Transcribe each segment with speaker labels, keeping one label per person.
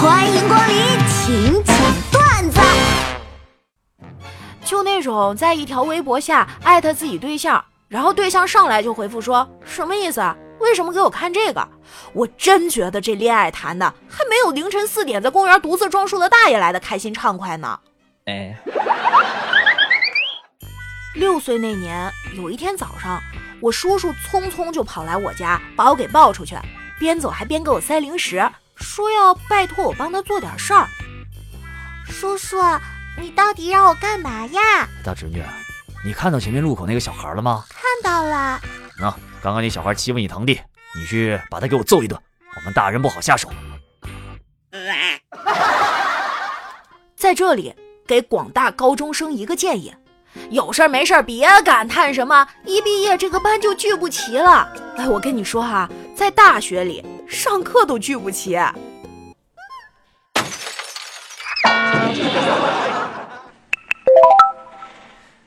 Speaker 1: 欢迎光临情景段子。
Speaker 2: 就那种在一条微博下艾特自己对象，然后对象上来就回复说什么意思啊？为什么给我看这个？我真觉得这恋爱谈的还没有凌晨四点在公园独自撞树的大爷来的开心畅快呢。
Speaker 3: 哎，
Speaker 2: 六岁那年，有一天早上，我叔叔匆匆就跑来我家，把我给抱出去，边走还边给我塞零食，说要拜托我帮他做点事儿。
Speaker 1: 叔叔，你到底让我干嘛呀？
Speaker 3: 大侄女，你看到前面路口那个小孩了吗？
Speaker 1: 看到了，
Speaker 3: 那、刚刚那小孩欺负你堂弟，你去把他给我揍一顿，我们大人不好下手。
Speaker 2: 在这里给广大高中生一个建议：有事儿没事儿别感叹什么一毕业这个班就聚不齐了。哎，我跟你说哈、在大学里上课都聚不齐。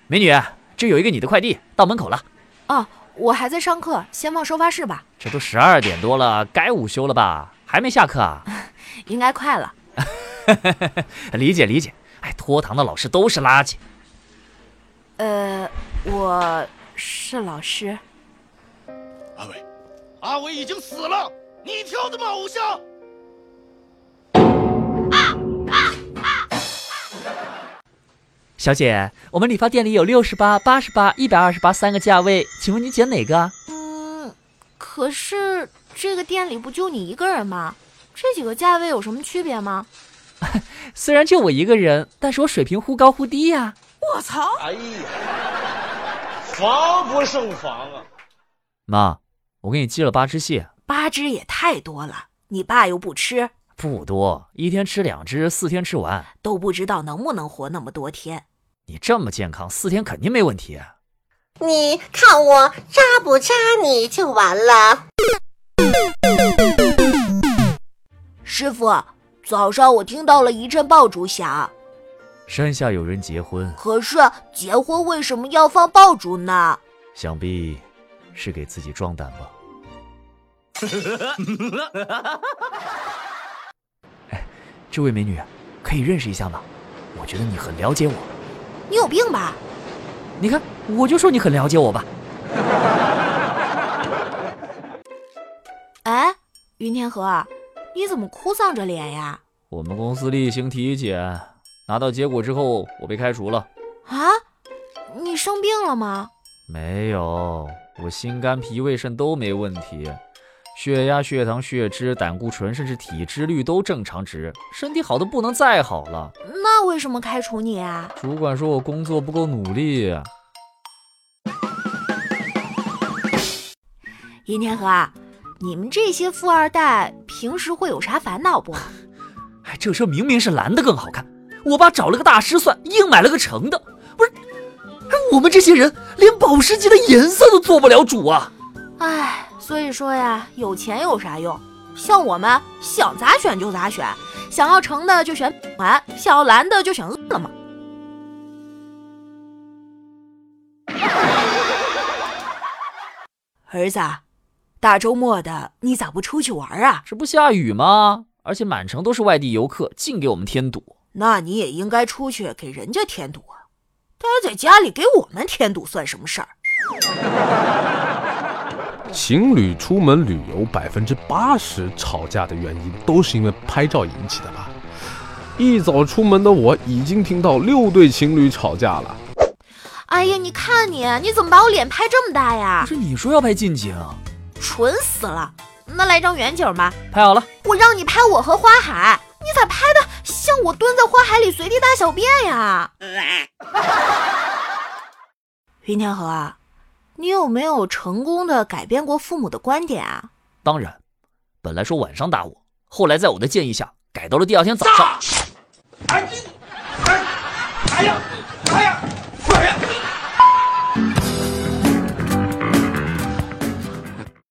Speaker 3: 美女，这有一个你的快递到门口了，
Speaker 2: 哦，我还在上课，先放收发室吧，
Speaker 3: 这都十二点多了，该午休了吧？还没下课啊？
Speaker 2: 应该快了。
Speaker 3: 理解理解，哎，拖堂的老师都是垃圾。
Speaker 2: 呃，我是老师。
Speaker 4: 阿伟，阿伟已经死了，你挑的吗，偶像？
Speaker 3: 小姐，我们理发店里有六十八、八十八、一百二十八三个价位，请问你捡哪个啊？
Speaker 2: 嗯，可是这个店里不就你一个人吗？这几个价位有什么区别吗？
Speaker 3: 虽然就我一个人，但是我水平忽高忽低呀、
Speaker 2: 我操！
Speaker 4: 哎呀，防不胜防啊！
Speaker 3: 妈，我给你寄了八只蟹，
Speaker 2: 八只也太多了，你爸又不吃，
Speaker 3: 不多，一天吃两只，四天吃完。
Speaker 2: 都不知道能不能活那么多天。
Speaker 3: 你这么健康，四天肯定没问题。啊
Speaker 1: 你看我扎不扎你就完了。
Speaker 2: 师傅，早上我听到了一阵爆竹响，
Speaker 3: 山下有人结婚，
Speaker 2: 可是结婚为什么要放爆竹呢？
Speaker 3: 想必是给自己壮胆 吧。哎，这位美女，可以认识一下吗？我觉得你很了解我。
Speaker 2: 你有病吧？
Speaker 3: 你看，我就说你很了解我吧。
Speaker 2: 哎，云天河，你怎么哭丧着脸呀？
Speaker 3: 我们公司例行体检，拿到结果之后，我被开除了。
Speaker 2: 啊，你生病了吗？
Speaker 3: 没有，我心肝脾胃肾都没问题，血压、血糖、血脂、胆固醇甚至体脂率都正常值，身体好的不能再好了。
Speaker 2: 那为什么开除你啊？
Speaker 3: 主管说我工作不够努力，
Speaker 2: 云天河啊，你们这些富二代平时会有啥烦恼不？
Speaker 3: 哎，这车明明是蓝的更好看，我爸找了个大师算，硬买了个橙的，不是，哎我们这些人连保时捷的颜色都做不了主啊！
Speaker 2: 唉，所以说呀，有钱有啥用？像我们想咋选就咋选，想要橙的就选蓝，想要蓝的就选饿了么。 儿子，大周末的你咋不出去玩啊？
Speaker 3: 这不下雨吗？而且满城都是外地游客，尽给我们添堵。
Speaker 2: 那你也应该出去给人家添堵啊！待在家里给我们添堵算什么事儿？
Speaker 5: 情侣出门旅游，百分之八十吵架的原因都是因为拍照引起的吧？一早出门的我已经听到六对情侣吵架了。
Speaker 2: 哎呀，你看你，你怎么把我脸拍这么大呀
Speaker 3: 不？是你说要拍近景，
Speaker 2: 蠢死了！那来张远景吧。
Speaker 3: 拍好了。
Speaker 2: 我让你拍我和花海，你咋拍的像我蹲在花海里随地大小便呀？ 云天河啊，你有没有成功的改变过父母的观点啊？
Speaker 3: 当然，本来说晚上打我，后来在我的建议下改到了第二天早上。
Speaker 4: 哎呀！